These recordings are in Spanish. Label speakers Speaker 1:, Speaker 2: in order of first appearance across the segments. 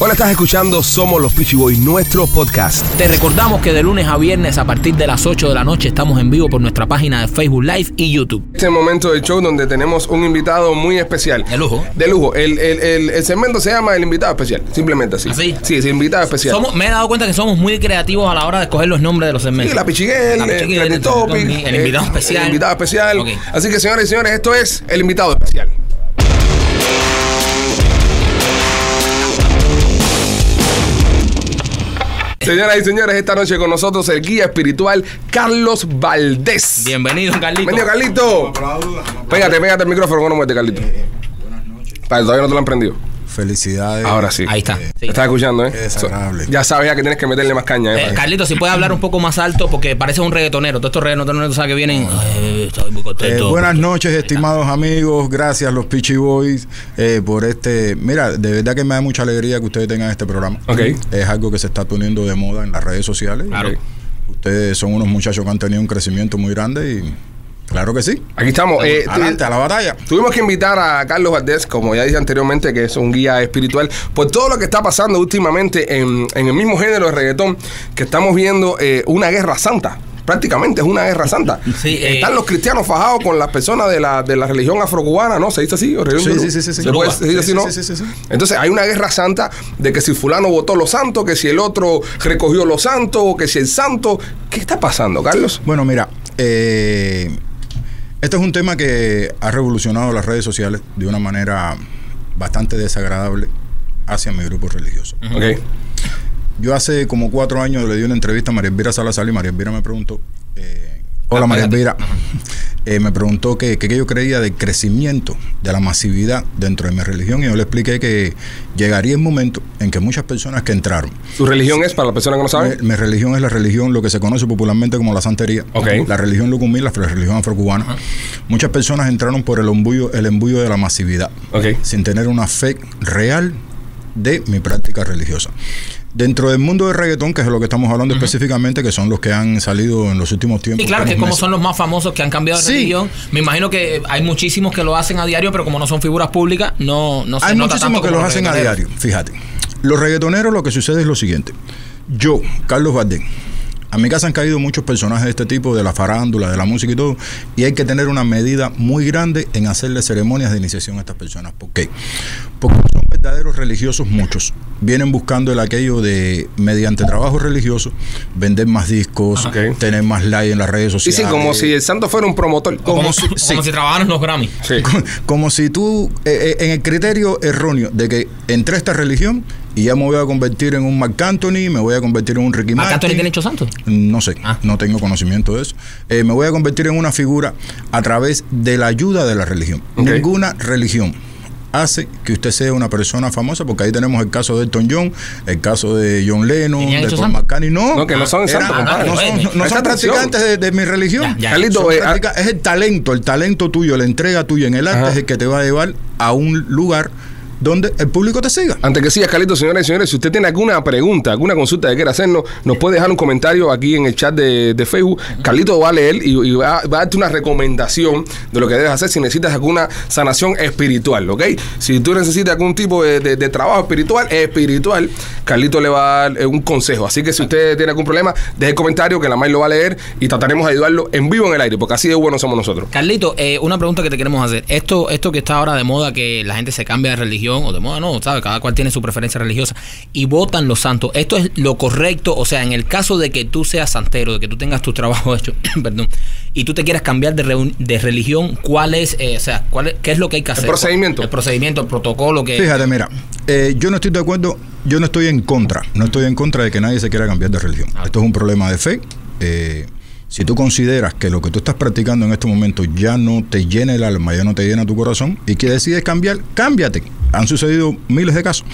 Speaker 1: Hola, estás escuchando Somos los Peachy Boys, nuestro podcast.
Speaker 2: Te recordamos que de lunes a viernes a partir de las 8 de la noche estamos en vivo por nuestra página de Facebook Live y YouTube.
Speaker 3: Este momento del show donde tenemos un invitado muy especial.
Speaker 2: De lujo.
Speaker 3: De lujo. El, el- el- el segmento se llama El Invitado Especial. Simplemente así.
Speaker 2: ¿Así?
Speaker 3: Sí, es Invitado Especial.
Speaker 2: ¿Ah, Somos, me he dado cuenta que somos muy creativos a la hora de escoger los nombres de los
Speaker 3: Sí,
Speaker 2: segmentos.
Speaker 3: la pichiguel,
Speaker 2: La
Speaker 3: el,
Speaker 2: Pichiguel,
Speaker 3: Trending
Speaker 2: el
Speaker 3: Topic,
Speaker 2: Trending Topic, el
Speaker 3: eh,
Speaker 2: invitado especial.
Speaker 3: El invitado especial.
Speaker 2: Ok.
Speaker 3: Así que, señores y señores, esto es El Invitado Especial. Señoras y señores, esta noche con nosotros el guía espiritual Carlos Valdés.
Speaker 2: Bienvenido, Carlito.
Speaker 3: Bienvenido, Carlito. Pégate, pégate el micrófono, no muerte, Carlito. Vale, todavía no te lo han prendido.
Speaker 4: Felicidades.
Speaker 3: Ahora sí.
Speaker 2: Ahí está. Sí.
Speaker 3: Estás escuchando, ¿eh?
Speaker 4: Eh, Qué desagradable.
Speaker 3: Ya sabes ya que tienes que meterle más caña, ¿eh?
Speaker 2: Eh, Carlito, si puedes hablar un poco más alto porque pareces un reggaetonero. Todos estos reggaetoneros, tú sabes que vienen. "Ay, estoy muy
Speaker 4: Eh,
Speaker 2: contento.
Speaker 4: buenas noches, estimados amigos. Gracias, los Peachy Boys, eh, por este. Mira, de verdad que me da mucha alegría que ustedes tengan este programa.
Speaker 3: Ok.
Speaker 4: Es algo que se está poniendo de moda en las redes sociales.
Speaker 2: Claro.
Speaker 4: Ustedes son unos muchachos que han tenido un crecimiento muy grande y. Claro que sí.
Speaker 3: Aquí estamos. Eh,
Speaker 4: Adelante, a la batalla.
Speaker 3: Tuvimos que invitar a Carlos Valdés, como ya dije anteriormente, que es un guía espiritual, por todo lo que está pasando últimamente en, en el mismo género de reggaetón, que estamos viendo eh, una guerra santa. Prácticamente es una guerra santa.
Speaker 2: Sí, eh.
Speaker 3: Están los cristianos fajados con las personas de la, de la religión afrocubana, ¿no? ¿Se dice así? ¿O religión
Speaker 4: Sí,
Speaker 3: de-
Speaker 4: sí, sí, sí, sí.
Speaker 3: ¿Se puede
Speaker 4: Sí,
Speaker 3: decir así,
Speaker 4: sí,
Speaker 3: no?
Speaker 4: sí, sí, sí, sí.
Speaker 3: Entonces hay una guerra santa de que si fulano votó los santos, que si el otro recogió los santos, o que si el santo... ¿Qué está pasando, Carlos?
Speaker 4: Bueno, mira, eh, este es un tema que ha revolucionado las redes sociales de una manera bastante desagradable hacia mi grupo religioso.
Speaker 3: Ok.
Speaker 4: Yo hace como cuatro años le di una entrevista a María Elvira Salazar y María Elvira me preguntó, eh, hola
Speaker 2: Ah,
Speaker 4: María
Speaker 2: espérate.
Speaker 4: Elvira, Eh, me preguntó que, que qué yo creía del crecimiento de la masividad dentro de mi religión y yo le expliqué que llegaría el momento en que muchas personas que entraron,
Speaker 3: ¿Su religión es, para las personas que no saben?
Speaker 4: mi, mi religión es la religión, lo que se conoce popularmente como la santería.
Speaker 3: Ok.
Speaker 4: La religión lucumí, la religión afrocubana. Muchas personas entraron por el embullo, el embullo de la masividad,
Speaker 3: Ok.
Speaker 4: sin tener una fe real de mi práctica religiosa. Dentro del mundo del reggaetón, que es de lo que estamos hablando específicamente, que son los que han salido en los últimos tiempos. pues,
Speaker 2: Y claro que
Speaker 4: últimos
Speaker 2: como
Speaker 4: meses.
Speaker 2: son los más famosos que han cambiado de
Speaker 4: Sí.
Speaker 2: religión, me imagino que hay muchísimos que lo hacen a diario, pero como no son figuras públicas, no, no se
Speaker 4: Hay
Speaker 2: nota
Speaker 4: muchísimos
Speaker 2: tanto
Speaker 4: que
Speaker 2: como
Speaker 4: los
Speaker 2: los
Speaker 4: hacen a
Speaker 2: reggaetoneros.
Speaker 4: diario. Fíjate, los reggaetoneros lo que sucede es lo siguiente. Yo, Carlos Valdés, a mi casa han caído muchos personajes de este tipo, de la farándula, de la música y todo, y hay que tener una medida muy grande en hacerle ceremonias de iniciación a estas personas. ¿Por qué? Porque son verdaderos religiosos muchos. Vienen buscando el aquello de, mediante trabajo religioso, vender más discos,
Speaker 3: Ok.
Speaker 4: tener más likes en las redes
Speaker 3: Sí,
Speaker 4: sociales.
Speaker 3: sí, como si el santo fuera un promotor.
Speaker 2: O Como,
Speaker 4: Como
Speaker 2: si,
Speaker 4: si-
Speaker 2: como
Speaker 4: sí.
Speaker 2: si trabajaran en los Grammy.
Speaker 3: Sí.
Speaker 4: Como si tú, eh, eh, en el criterio erróneo de que entré a esta religión y ya me voy a convertir en un Marc Anthony, me voy a convertir en un Ricky
Speaker 2: Marc Anthony
Speaker 4: Martin.
Speaker 2: tiene hecho santo.
Speaker 4: No sé,
Speaker 2: Ah.
Speaker 4: no tengo conocimiento de eso. Eh, me voy a convertir en una figura a través de la ayuda de la religión.
Speaker 3: Ok.
Speaker 4: Ninguna religión hace que usted sea una persona famosa, porque ahí tenemos el caso de Elton John, el caso de John Lennon,
Speaker 2: ¿Tenían
Speaker 4: de
Speaker 2: hecho
Speaker 4: Paul
Speaker 2: santo?
Speaker 4: McCartney. No, ah,
Speaker 3: No, que no son santos,
Speaker 2: compadre.
Speaker 4: no son, no- no
Speaker 3: Presta
Speaker 4: son
Speaker 3: atención.
Speaker 4: practicantes de, de mi religión.
Speaker 2: Ya,
Speaker 3: Carlito,
Speaker 4: Son
Speaker 3: eh,
Speaker 4: prácticas- es el talento, el talento tuyo, la entrega tuya en el arte
Speaker 3: Ajá.
Speaker 4: es el que te va a llevar a un lugar donde el público te siga.
Speaker 3: Antes que sigas, Carlito, señoras y señores, si usted tiene alguna pregunta, alguna consulta que quiera hacernos, nos puede dejar un comentario aquí en el chat de, de Facebook. Carlito va a leer y, y va, va a darte una recomendación de lo que debes hacer si necesitas alguna sanación espiritual, ¿ok? Si tú necesitas algún tipo de, de- de trabajo espiritual, espiritual, Carlito le va a dar eh, un consejo. Así que si usted tiene algún problema, deje el comentario que la May lo va a leer y trataremos de ayudarlo en vivo en el aire, porque así de bueno somos nosotros.
Speaker 2: Carlito, eh, una pregunta que te queremos hacer. Esto, esto que está ahora de moda, que la gente se cambia de religión, o de moda no, ¿sabes? Cada cual tiene su preferencia religiosa, y votan los santos. ¿Esto es lo correcto? O sea, en el caso de que tú seas santero, de que tú tengas tu trabajo hecho, perdón, y tú te quieras cambiar de, reun- de religión, ¿cuál es, eh, o sea, cuál es- qué es lo que hay que hacer?
Speaker 3: procedimiento.
Speaker 2: El procedimiento, el protocolo que...
Speaker 4: Fíjate, mira, eh, yo no estoy de acuerdo, yo no estoy en contra, no estoy en contra de que nadie se quiera cambiar de religión.
Speaker 2: Ah.
Speaker 4: Esto es un problema de fe. eh, si tú consideras que lo que tú estás practicando en este momento ya no te llena el alma, ya no te llena tu corazón y que decides cambiar, cámbiate. Han sucedido miles de casos.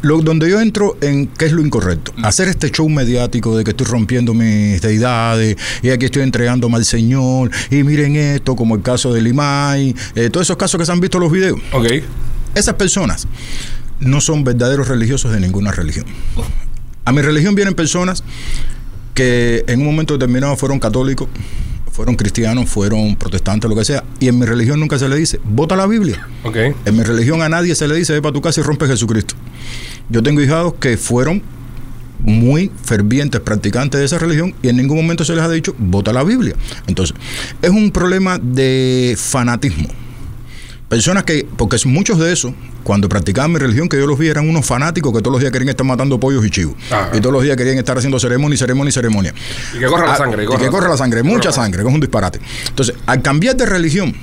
Speaker 4: Lo, donde yo entro en qué es lo incorrecto. Hacer este show mediático de que estoy rompiendo mis deidades y aquí estoy entregándome al Señor y miren esto, como el caso de Limay, eh, todos esos casos que se han visto en los videos.
Speaker 3: Ok.
Speaker 4: Esas personas no son verdaderos religiosos de ninguna religión. A mi religión vienen personas que en un momento determinado fueron católicos, fueron cristianos, fueron protestantes, lo que sea, y en mi religión nunca se le dice, vota la Biblia.
Speaker 3: Ok.
Speaker 4: En mi religión a nadie se le dice, ve para tu casa y rompe Jesucristo. Yo tengo hijados que fueron muy fervientes practicantes de esa religión y en ningún momento se les ha dicho vota la Biblia. Entonces, es un problema de fanatismo. Personas que, porque muchos de esos, cuando practicaban mi religión, que yo los vi, eran unos fanáticos que todos los días querían estar matando pollos y chivos.
Speaker 3: Ajá.
Speaker 4: Y todos los días querían estar haciendo ceremonia, y ceremonia, y ceremonia.
Speaker 3: Y que corra la
Speaker 4: Ah,
Speaker 3: sangre,
Speaker 4: Ah, y que corra la sangre, mucha sangre, que es un disparate. Entonces, al cambiar de religión,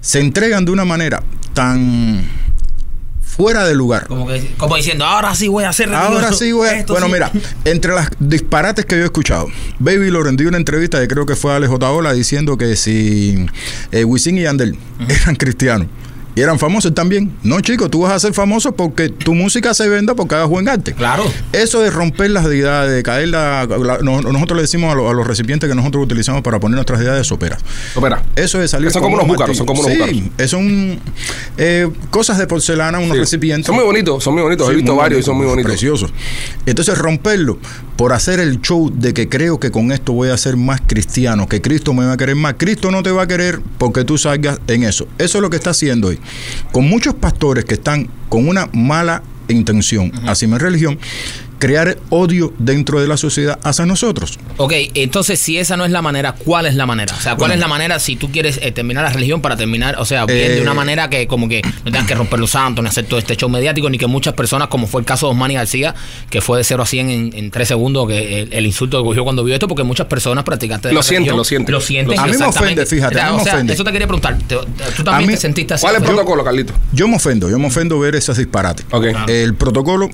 Speaker 4: se entregan de una manera tan fuera de lugar.
Speaker 2: Como, que, como diciendo, ahora sí voy a hacer
Speaker 4: Ahora
Speaker 2: religioso.
Speaker 4: sí, güey.
Speaker 2: Esto
Speaker 4: Bueno,
Speaker 2: sí.
Speaker 4: mira, entre las disparates que yo he escuchado, Baby Loren dio una entrevista que creo que fue a Alex Otaola diciendo que si eh, Wisin y Yandel eran cristianos y eran famosos también. No, chicos, tú vas a ser famoso porque tu música se venda porque hagas buen arte.
Speaker 2: Claro.
Speaker 4: Eso de romper las deidades, de caer la, la- no- nosotros le decimos a, lo- a los recipientes que nosotros utilizamos para poner nuestras deidades soperas.
Speaker 3: Espera.
Speaker 4: Eso de salir
Speaker 3: Son
Speaker 4: con
Speaker 3: como unos búcaros,
Speaker 4: martillos.
Speaker 3: son como unos
Speaker 4: sí,
Speaker 3: búcaros.
Speaker 4: es un, eh, cosas de porcelana, unos
Speaker 3: Sí.
Speaker 4: recipientes.
Speaker 3: Son muy bonitos, son muy bonitos. He
Speaker 4: Sí,
Speaker 3: visto
Speaker 4: muy
Speaker 3: varios y son muy
Speaker 4: bonito,
Speaker 3: bonitos.
Speaker 4: Preciosos. Entonces romperlo por hacer el show de que creo que con esto voy a ser más cristiano, que Cristo me va a querer más. Cristo no te va a querer porque tú salgas en eso. Eso es lo que está haciendo hoy. Con muchos pastores que están con una mala intención, así me religión, crear odio dentro de la sociedad hacia nosotros.
Speaker 2: Ok, entonces si esa no es la manera, ¿cuál es la manera? O sea, ¿cuál
Speaker 4: Bueno.
Speaker 2: es la manera si tú quieres eh, terminar la religión para terminar, o sea, bien
Speaker 4: Eh.
Speaker 2: de una manera que como que no tengas que romper los santos, ni hacer todo este show mediático, ni que muchas personas, como fue el caso de Osmani García, que fue de 0 a 100 en, en 3 segundos, que el, el insulto que cogió cuando vio esto, porque muchas personas practicantes de
Speaker 3: Lo
Speaker 2: la
Speaker 3: sienten,
Speaker 2: religión
Speaker 3: lo sienten.
Speaker 2: Lo sienten,
Speaker 4: A mí me
Speaker 2: exactamente.
Speaker 4: ofende, fíjate, a mí
Speaker 2: o
Speaker 4: me
Speaker 2: sea,
Speaker 4: ofende.
Speaker 2: eso te quería preguntar, te- te- tú también
Speaker 4: mí-
Speaker 2: te sentiste así.
Speaker 3: ¿Cuál es el
Speaker 2: Yo-
Speaker 3: protocolo, Carlito?
Speaker 4: Yo me ofendo, yo me ofendo ver esas disparates.
Speaker 3: Ok.
Speaker 4: El protocolo,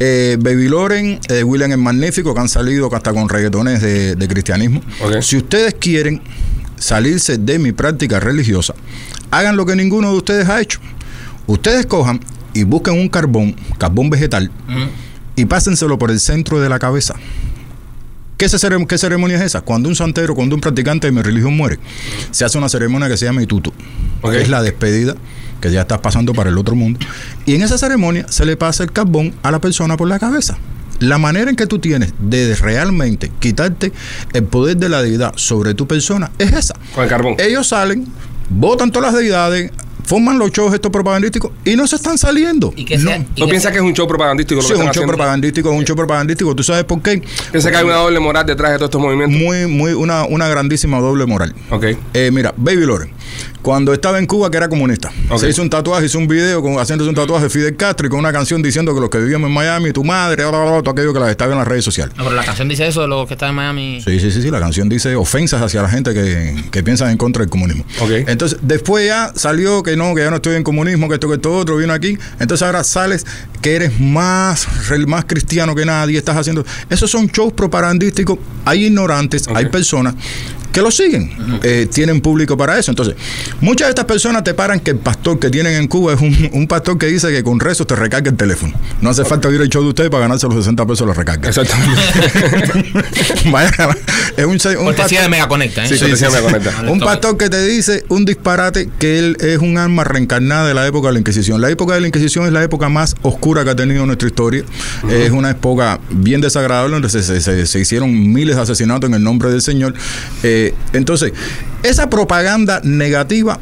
Speaker 4: eh, Baby Loren, eh, William el Magnífico, que han salido hasta con reggaetones de, de cristianismo.
Speaker 3: Ok.
Speaker 4: Si ustedes quieren salirse de mi práctica religiosa, hagan lo que ninguno de ustedes ha hecho. Ustedes cojan y busquen un carbón, carbón vegetal, y pásenselo por el centro de la cabeza. ¿Qué, se cere- ¿Qué ceremonia es esa? Cuando un santero, cuando un practicante de mi religión muere, se hace una ceremonia que se llama Ituto,
Speaker 3: Ok.
Speaker 4: que es la despedida, que ya estás pasando para el otro mundo. Y en esa ceremonia se le pasa el carbón a la persona por la cabeza. La manera en que tú tienes de realmente quitarte el poder de la deidad sobre tu persona es esa.
Speaker 3: Con el carbón.
Speaker 4: Ellos salen, votan todas las deidades, forman los shows estos propagandísticos y no se están saliendo.
Speaker 2: Y que
Speaker 4: No.
Speaker 2: sea- y
Speaker 3: ¿No
Speaker 2: que
Speaker 3: piensas
Speaker 2: sea-
Speaker 3: que es un show propagandístico? Lo
Speaker 4: Sí,
Speaker 3: que
Speaker 4: es un
Speaker 3: están
Speaker 4: show
Speaker 3: haciendo?
Speaker 4: propagandístico, es un show propagandístico. ¿Tú sabes por qué?
Speaker 3: Piensa que hay una doble moral detrás de todos estos movimientos.
Speaker 4: Muy, muy, una, una grandísima doble moral.
Speaker 3: Ok.
Speaker 4: Eh, mira, Baby Loren, cuando estaba en Cuba, que era comunista,
Speaker 3: Ok.
Speaker 4: se hizo un tatuaje, hizo un video con, haciéndose un tatuaje de Fidel Castro y con una canción diciendo que los que vivíamos en Miami, tu madre, bla, bla, bla, todo aquello que las estaba en las redes sociales.
Speaker 2: No, pero la canción dice eso de los que están en Miami.
Speaker 4: Sí, sí, sí, sí, la canción dice ofensas hacia la gente que, que piensa en contra del comunismo.
Speaker 3: Ok.
Speaker 4: Entonces, después ya salió que no, que ya no estoy en comunismo, que esto, que esto, otro, vino aquí. Entonces ahora sales que eres más, rel- más cristiano que nadie, estás haciendo... Esos son shows propagandísticos, hay ignorantes, hay personas que lo siguen, eh, tienen público para eso. Entonces, muchas de estas personas te paran que el pastor que tienen en Cuba es un, un pastor que dice que con rezos te recarga el teléfono. No hace falta ir al show de ustedes para ganarse los 60 pesos de la recarga.
Speaker 3: Exactamente.
Speaker 4: Vaya, es un, se- un
Speaker 2: Cortesía de
Speaker 4: pastor,
Speaker 2: Mega Conecta, ¿eh?
Speaker 3: Sí,
Speaker 4: Sí,
Speaker 3: cortesía
Speaker 4: sí,
Speaker 3: me
Speaker 4: sí.
Speaker 3: conecta.
Speaker 4: un pastor que te dice un disparate que él es un alma reencarnada de la época de la Inquisición. La época de la Inquisición es la época más oscura que ha tenido nuestra historia. Es una época bien desagradable donde se, se- se- se hicieron miles de asesinatos en el nombre del Señor. Eh, entonces, esa propaganda negativa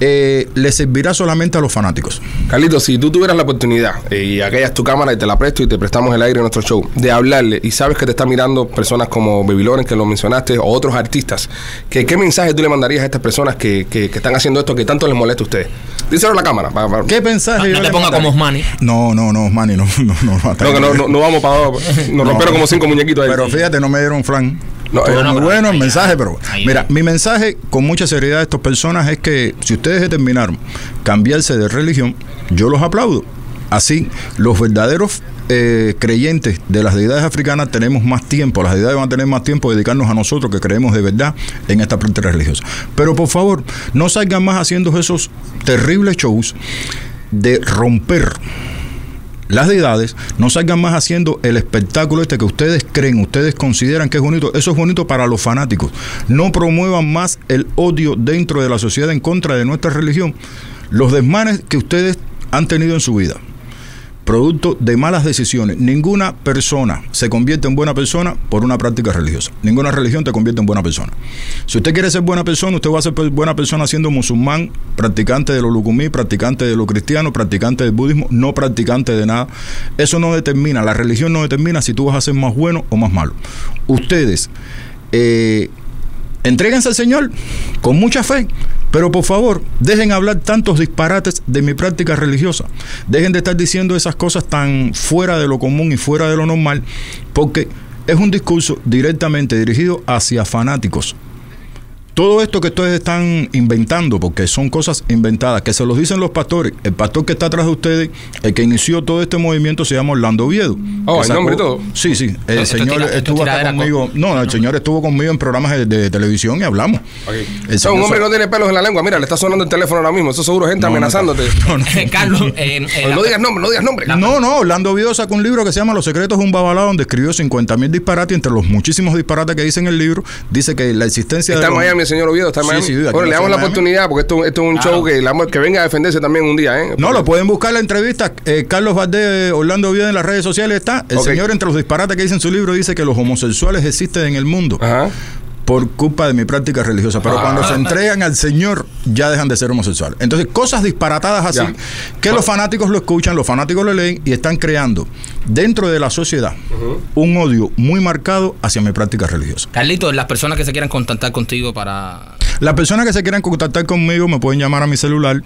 Speaker 4: eh, le servirá solamente a los fanáticos.
Speaker 3: Carlito, si tú tuvieras la oportunidad, eh, y aquella es tu cámara y te la presto y te prestamos el aire en nuestro show, de hablarle, y sabes que te están mirando personas como Baby Loren, que lo mencionaste, o otros artistas, que, ¿qué mensaje tú le mandarías a estas personas que, que- que están haciendo esto que tanto les molesta a ustedes? Díselo a la cámara. pa- pa-
Speaker 4: ¿Qué pensás?
Speaker 2: No te pongas como Osmani.
Speaker 4: No, no, no, Manny, no, no, no. hasta
Speaker 3: No, que
Speaker 4: ahí.
Speaker 3: no, no- no vamos para abajo. Nos rompieron como cinco muñequitos ahí.
Speaker 4: Pero fíjate, no me dieron flan.
Speaker 3: No,
Speaker 4: Todo
Speaker 3: eh,
Speaker 2: no,
Speaker 4: muy
Speaker 2: pero
Speaker 4: bueno
Speaker 2: ahí,
Speaker 4: el mensaje, pero
Speaker 2: ahí,
Speaker 4: mira,
Speaker 2: ahí.
Speaker 4: mi mensaje con mucha seriedad a estas personas es que si ustedes determinaron cambiarse de religión, yo los aplaudo. Así, los verdaderos eh, creyentes de las deidades africanas tenemos más tiempo, las deidades van a tener más tiempo de dedicarnos a nosotros que creemos de verdad en esta práctica religiosa. Pero por favor, no salgan más haciendo esos terribles shows de romper las deidades no salgan más haciendo el espectáculo este que ustedes creen, ustedes consideran que es bonito. Eso es bonito para los fanáticos. No promuevan más el odio dentro de la sociedad en contra de nuestra religión. Los desmanes que ustedes han tenido en su vida. producto de malas decisiones. Ninguna persona se convierte en buena persona por una práctica religiosa. Ninguna religión te convierte en buena persona. Si usted quiere ser buena persona, usted va a ser pe- buena persona siendo musulmán, practicante de lo lucumí, practicante de lo cristiano, practicante del budismo, no practicante de nada. Eso no determina, la religión no determina si tú vas a ser más bueno o más malo. Ustedes, eh, Entréguense al Señor con mucha fe, pero por favor, dejen hablar tantos disparates de mi práctica religiosa. Dejen de estar diciendo esas cosas tan fuera de lo común y fuera de lo normal, porque es un discurso directamente dirigido hacia fanáticos. Todo esto que ustedes están inventando, porque son cosas inventadas, que se los dicen los pastores. El pastor que está atrás de ustedes, el que inició todo este movimiento, se llama Orlando Oviedo.
Speaker 3: Oh,
Speaker 4: Que
Speaker 3: ¿el
Speaker 4: sacó-
Speaker 3: nombre y todo?
Speaker 4: Sí, sí. El
Speaker 2: Esto
Speaker 4: señor
Speaker 2: tira- esto
Speaker 4: estuvo acá
Speaker 2: tiradera con-
Speaker 4: conmigo. No, el señor estuvo conmigo en programas de, de televisión y hablamos. El
Speaker 3: O sea, un
Speaker 4: señor
Speaker 3: hombre
Speaker 4: sa-
Speaker 3: que no tiene pelos en la lengua. Mira, le está sonando el teléfono ahora mismo. Eso seguro es gente
Speaker 4: No, no,
Speaker 3: amenazándote.
Speaker 4: No, no.
Speaker 2: Carlos, eh, eh,
Speaker 3: Pues No
Speaker 2: la-
Speaker 3: digas nombre, no digas nombre.
Speaker 4: No, no, Orlando Oviedo sacó un libro que se llama Los secretos de un babalá, donde escribió 50 mil disparates. Entre los muchísimos disparates que dice en el libro, dice que la existencia
Speaker 3: Está
Speaker 4: de.
Speaker 3: en
Speaker 4: los-
Speaker 3: Miami, el señor Oviedo, está en
Speaker 4: Sí,
Speaker 3: Miami.
Speaker 4: sí, aquí
Speaker 3: Ahora,
Speaker 4: nació
Speaker 3: le damos
Speaker 4: en
Speaker 3: la
Speaker 4: Miami. Ah.
Speaker 3: oportunidad porque esto, esto es un show que, la- que venga a defenderse también un día, ¿eh?
Speaker 4: No,
Speaker 3: Porque-
Speaker 4: lo pueden buscar la entrevista. eh, Carlos Valdés, eh, Orlando Oviedo en las redes sociales está. El
Speaker 3: Ok.
Speaker 4: señor, entre los disparates que dice en su libro, dice que los homosexuales existen en el mundo
Speaker 3: Ajá.
Speaker 4: por culpa de mi práctica religiosa. Pero cuando se entregan al Señor, ya dejan de ser homosexuales. Entonces, cosas disparatadas así,
Speaker 3: Ya.
Speaker 4: que los fanáticos lo escuchan, los fanáticos lo leen y están creando dentro de la sociedad un odio muy marcado hacia mi práctica religiosa.
Speaker 2: Carlito, las personas que se quieran contactar contigo para.
Speaker 4: Las personas que se quieran contactar conmigo me pueden llamar a mi celular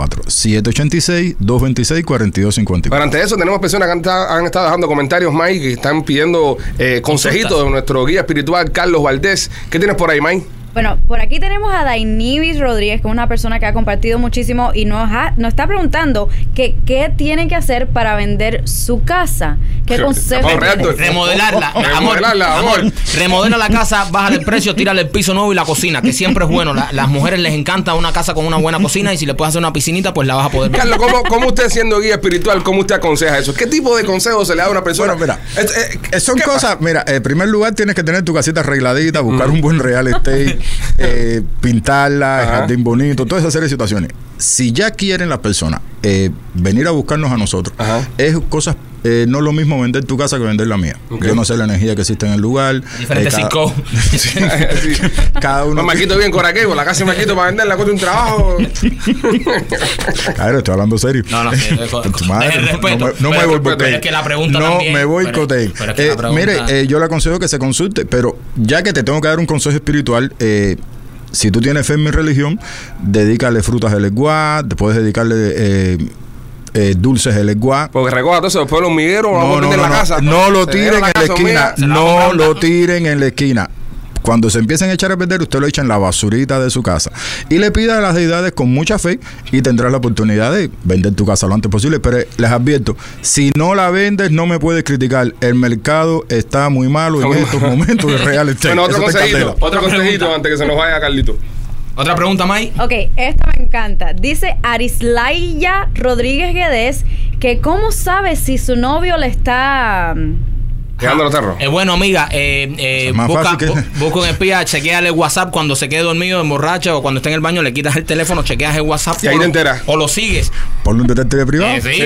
Speaker 4: 786-226-4254. 786-226-4254.
Speaker 3: Pero ante eso tenemos personas que han, ta- han estado dejando comentarios, Mike, que están pidiendo eh, consejitos de nuestro guía espiritual, Carlos Valdés. ¿Qué tienes por ahí, Mike?
Speaker 5: Bueno, por aquí tenemos a Dainibis Rodríguez, que es una persona que ha compartido muchísimo y nos, ha- nos está preguntando que qué tiene que hacer para vender su casa. ¿Qué
Speaker 3: Qué-
Speaker 5: consejo?
Speaker 3: vamos,
Speaker 5: tiene?
Speaker 3: Reactor.
Speaker 2: Remodelarla, amor,
Speaker 3: Remodelarla, amor.
Speaker 2: amor. Remodela la casa, bájale el precio, tírale el piso nuevo y la cocina, que siempre es bueno. La- las mujeres les encanta una casa con una buena cocina y si le puedes hacer una piscinita, pues la vas a poder ver.
Speaker 3: Carlos, ¿cómo, cómo usted siendo guía espiritual, cómo usted aconseja eso? ¿Qué tipo de consejos se le da a una persona?
Speaker 4: Bueno, mira,
Speaker 3: Es- eh,
Speaker 4: Eh, Son
Speaker 3: ¿qué pasa?
Speaker 4: cosas, mira, en primer lugar tienes que tener tu casita arregladita, buscar un buen real estate, eh, pintarla, el
Speaker 3: Ajá.
Speaker 4: jardín bonito, toda esa serie de situaciones. Si ya quieren las personas eh, venir a buscarnos a nosotros,
Speaker 3: Ajá.
Speaker 4: es cosas, eh, no es lo mismo vender tu casa que vender la mía.
Speaker 3: Ok.
Speaker 4: Yo no sé la energía que existe en el lugar.
Speaker 2: Diferentes
Speaker 4: eh,
Speaker 2: cinco.
Speaker 3: Sí.
Speaker 4: cada, cada uno.
Speaker 3: No, Maquito bien coraqueo, la casa de Maquito para venderla, cuesta un trabajo.
Speaker 4: Claro, estoy hablando serio.
Speaker 2: No, no, sí, es-
Speaker 4: Con tu madre,
Speaker 2: es
Speaker 4: no-
Speaker 2: respeto.
Speaker 4: no me- no me
Speaker 2: Pero-
Speaker 4: boicoteen.
Speaker 2: pero es que la pregunta
Speaker 4: No
Speaker 2: también-
Speaker 4: me boicoteen.
Speaker 2: pero- pero es que la
Speaker 4: Eh,
Speaker 2: pregunta-
Speaker 4: Mire, eh, yo le aconsejo que se consulte, pero ya que te tengo que dar un consejo espiritual, eh, si tú tienes fe en mi religión, dedícale frutas de leguá, te puedes dedicarle eh, eh, dulces de leguá.
Speaker 3: Porque recoja todo eso, después los migueros, vamos
Speaker 4: No,
Speaker 3: a
Speaker 4: no,
Speaker 3: meter en
Speaker 4: no,
Speaker 3: la casa.
Speaker 4: no, no lo
Speaker 3: Se dieron
Speaker 4: tiren en la
Speaker 3: casa,
Speaker 4: esquina.
Speaker 3: mira.
Speaker 2: Se la va a
Speaker 4: No
Speaker 2: comprar
Speaker 4: lo
Speaker 2: una-
Speaker 4: tiren en la esquina. Cuando se empiecen a echar a perder, usted lo echa en la basurita de su casa. Y le pida a las deidades con mucha fe y tendrás la oportunidad de vender tu casa lo antes posible. Pero eh, les advierto, si no la vendes, no me puedes criticar. El mercado está muy malo en
Speaker 3: Muy
Speaker 4: estos momentos de real estate.
Speaker 3: Bueno, otro
Speaker 4: Eso está en
Speaker 3: consejito,
Speaker 4: candela.
Speaker 3: otro consejito antes que se nos vaya Carlito.
Speaker 2: Otra pregunta, May.
Speaker 5: Ok, esta me encanta. Dice Arislaya Rodríguez Guedes que cómo sabe si su novio le está... mm,
Speaker 3: Dejando los tarros.
Speaker 2: Eh, bueno, amiga, eh, eh,
Speaker 4: Es más
Speaker 2: busca,
Speaker 4: fácil que-
Speaker 2: bu- busca un espía, chequeale el WhatsApp cuando se quede dormido, emborracha o cuando esté en el baño, le quitas el teléfono, chequeas el WhatsApp
Speaker 3: Y ahí
Speaker 2: o
Speaker 3: te
Speaker 2: lo-
Speaker 3: enteras.
Speaker 2: O lo sigues.
Speaker 4: Ponle un detective privado.
Speaker 2: Eh, sí,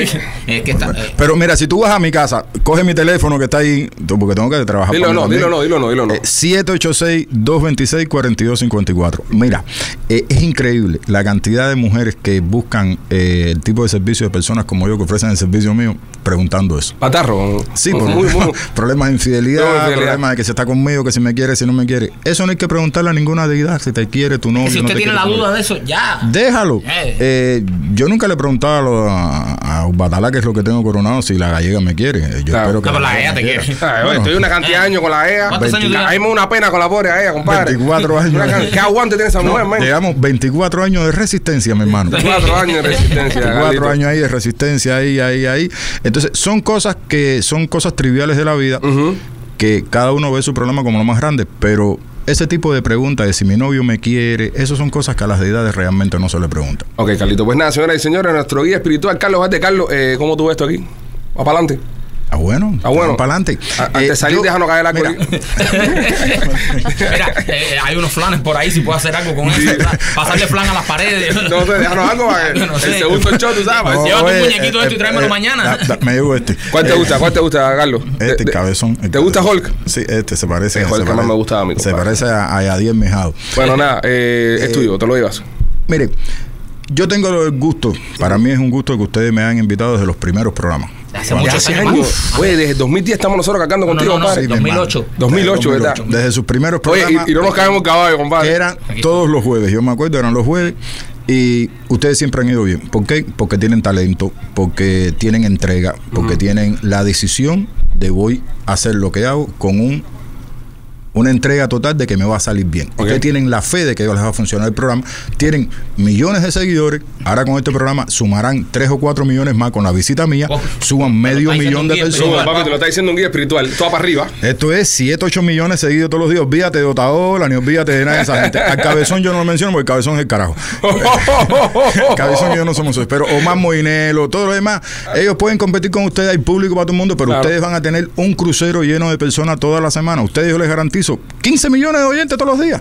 Speaker 2: es que está. eh,
Speaker 4: Pero mira, si tú vas a mi casa, coge mi teléfono que está ahí, porque tengo que trabajar.
Speaker 3: Dilo
Speaker 4: por mí
Speaker 3: no,
Speaker 4: también.
Speaker 3: dilo no, dilo no, dilo no.
Speaker 4: Eh, 786-226-4254. Mira, eh, es increíble la cantidad de mujeres que buscan eh, el tipo de servicio de personas como yo que ofrecen el servicio mío preguntando eso.
Speaker 3: Patarro.
Speaker 4: Sí,
Speaker 3: Muy,
Speaker 4: por
Speaker 3: muy, muy-
Speaker 4: problemas
Speaker 3: Problemas de
Speaker 4: de infidelidad,
Speaker 3: infidelidad.
Speaker 4: problemas de que se está conmigo, que si me quiere, si no me quiere. Eso no hay que preguntarle a ninguna deidad si te quiere, tu novio.
Speaker 2: si
Speaker 4: no te
Speaker 2: usted tiene
Speaker 4: quiere,
Speaker 2: la
Speaker 4: tu novio.
Speaker 2: duda de eso, ya.
Speaker 4: Déjalo.
Speaker 2: Eh.
Speaker 4: Eh, yo nunca le preguntaba a, lo- a, a Batalá, que es lo que tengo coronado, si la gallega me quiere. Eh, Yo
Speaker 3: Claro.
Speaker 4: espero que
Speaker 2: No, pero la gallega
Speaker 4: gallega me
Speaker 2: te
Speaker 4: quiera.
Speaker 2: quiere.
Speaker 3: Ay, oye,
Speaker 4: Bueno.
Speaker 3: estoy una cantidad de años con la EA.
Speaker 2: Eh, ¿Cuántos años
Speaker 3: Hay
Speaker 2: tienes?
Speaker 3: una pena con la pobre EA, compadre.
Speaker 4: 24 años.
Speaker 3: Una can- ¿Qué aguante tiene esa
Speaker 4: No,
Speaker 3: mujer, man?
Speaker 4: Llevamos 24 años de resistencia, mi hermano.
Speaker 3: 24 años de resistencia. Carlito.
Speaker 4: Cuatro años ahí de resistencia, ahí, ahí, ahí. Entonces, son cosas que son cosas triviales de la vida,
Speaker 3: Ujú.
Speaker 4: que cada uno ve su problema como lo más grande, pero ese tipo de preguntas de si mi novio me quiere, eso son cosas que a las deidades realmente no se le preguntan.
Speaker 3: Ok, Carlito. Pues nada, señoras y señores, nuestro guía espiritual, Carlos Valdés. Carlos, eh, ¿cómo tú ves esto aquí? Va para adelante.
Speaker 4: Ah, bueno. Eh,
Speaker 3: Ah, bueno.
Speaker 4: Para adelante.
Speaker 3: A- antes de salir, déjanos caer la colina.
Speaker 2: Mira, eh, hay unos flanes por ahí, si puedo hacer algo con eso. ¿verdad? Pasarle flan a las paredes.
Speaker 3: No sé, déjanos algo para que
Speaker 2: Ah, Yo no sé.
Speaker 3: el segundo show, tú sabes.
Speaker 2: No.
Speaker 4: Oh,
Speaker 2: Llévate un muñequito de esto y tráemelo mañana.
Speaker 4: eh, da- da- me llevo este.
Speaker 3: ¿Cuál te
Speaker 4: Eh,
Speaker 3: gusta? ¿Cuál te gusta, Carlos?
Speaker 4: Este,
Speaker 3: De- de-
Speaker 4: cabezón. el
Speaker 3: ¿Te gusta
Speaker 4: cabezón.
Speaker 3: Hulk?
Speaker 4: Sí, este se parece.
Speaker 3: El Hulk
Speaker 4: se
Speaker 3: que más
Speaker 4: parece-
Speaker 3: me gustaba a mí,
Speaker 4: Se
Speaker 3: compadre.
Speaker 4: parece a, a Yadier Mejado.
Speaker 3: Bueno, nada, eh, es tuyo, te lo llevas.
Speaker 4: Mire, yo tengo el gusto, para mí es un gusto que ustedes me han invitado desde los primeros programas.
Speaker 2: Hace
Speaker 4: Cuando-
Speaker 2: muchos
Speaker 3: Hace
Speaker 2: años.
Speaker 3: años. Oye, desde 2010 estamos nosotros cacando
Speaker 2: No, no,
Speaker 3: contigo,
Speaker 2: no, no,
Speaker 3: compadre.
Speaker 2: sí, 2008.
Speaker 4: hermano.
Speaker 3: 2008, ¿verdad?
Speaker 4: Desde sus primeros
Speaker 3: Oye,
Speaker 4: programas.
Speaker 3: y, y no nos caemos caballo, compadre.
Speaker 4: Eran todos los jueves, yo me acuerdo, eran los jueves. Y ustedes siempre han ido bien. ¿Por qué? Porque tienen talento, porque tienen entrega, porque tienen la decisión de voy a hacer lo que hago con un una entrega total de que me va a salir bien. Ustedes tienen la fe de que les va a funcionar el programa. Tienen millones de seguidores. Ahora con este programa sumarán 3 o 4 millones más con la visita mía.
Speaker 2: Oh,
Speaker 4: Suman medio
Speaker 2: está diciendo
Speaker 4: millón de
Speaker 2: bien, pero-
Speaker 4: personas.
Speaker 3: Suma, papi, te lo está diciendo un guía espiritual, toda para arriba.
Speaker 4: Esto es 7, 8 millones seguidos todos los días. Olvídate de Otaola, ni olvídate de nada de esa gente. Al cabezón yo no lo menciono porque el cabezón es el carajo. Cabezón y yo no somos eso. Pero Omar Moinelo, todo lo demás, ellos pueden competir con ustedes, hay público para todo el mundo, pero
Speaker 3: Claro.
Speaker 4: ustedes van a tener un crucero lleno de personas toda la semana. Ustedes yo les garantizo 15 millones de oyentes todos los días.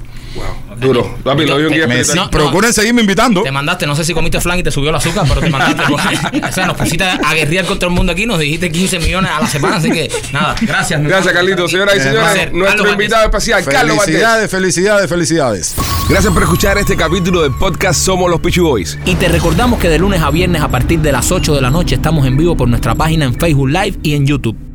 Speaker 3: Duro, papi, lo vi un guía
Speaker 4: Me
Speaker 3: espiritual.
Speaker 2: No, no.
Speaker 4: procuren seguirme invitando.
Speaker 2: Te mandaste, no sé si comiste flan y te subió el azúcar, pero te mandaste. o sea, nos pusiste a guerrear contra el mundo aquí, nos dijiste 15 millones a la semana, así que nada, gracias. mi
Speaker 3: Gracias,
Speaker 2: hermano.
Speaker 3: Carlitos. Señoras y
Speaker 2: Un
Speaker 3: señores,
Speaker 2: placer.
Speaker 3: nuestro
Speaker 2: Carlos
Speaker 3: invitado especial, Carlos Valdés.
Speaker 4: Eh, Felicidades, felicidades, felicidades.
Speaker 1: Gracias por escuchar este capítulo del podcast Somos los Peachy Boys.
Speaker 2: Y te recordamos que de lunes a viernes a partir de las 8 de la noche estamos en vivo por nuestra página en Facebook Live y en YouTube.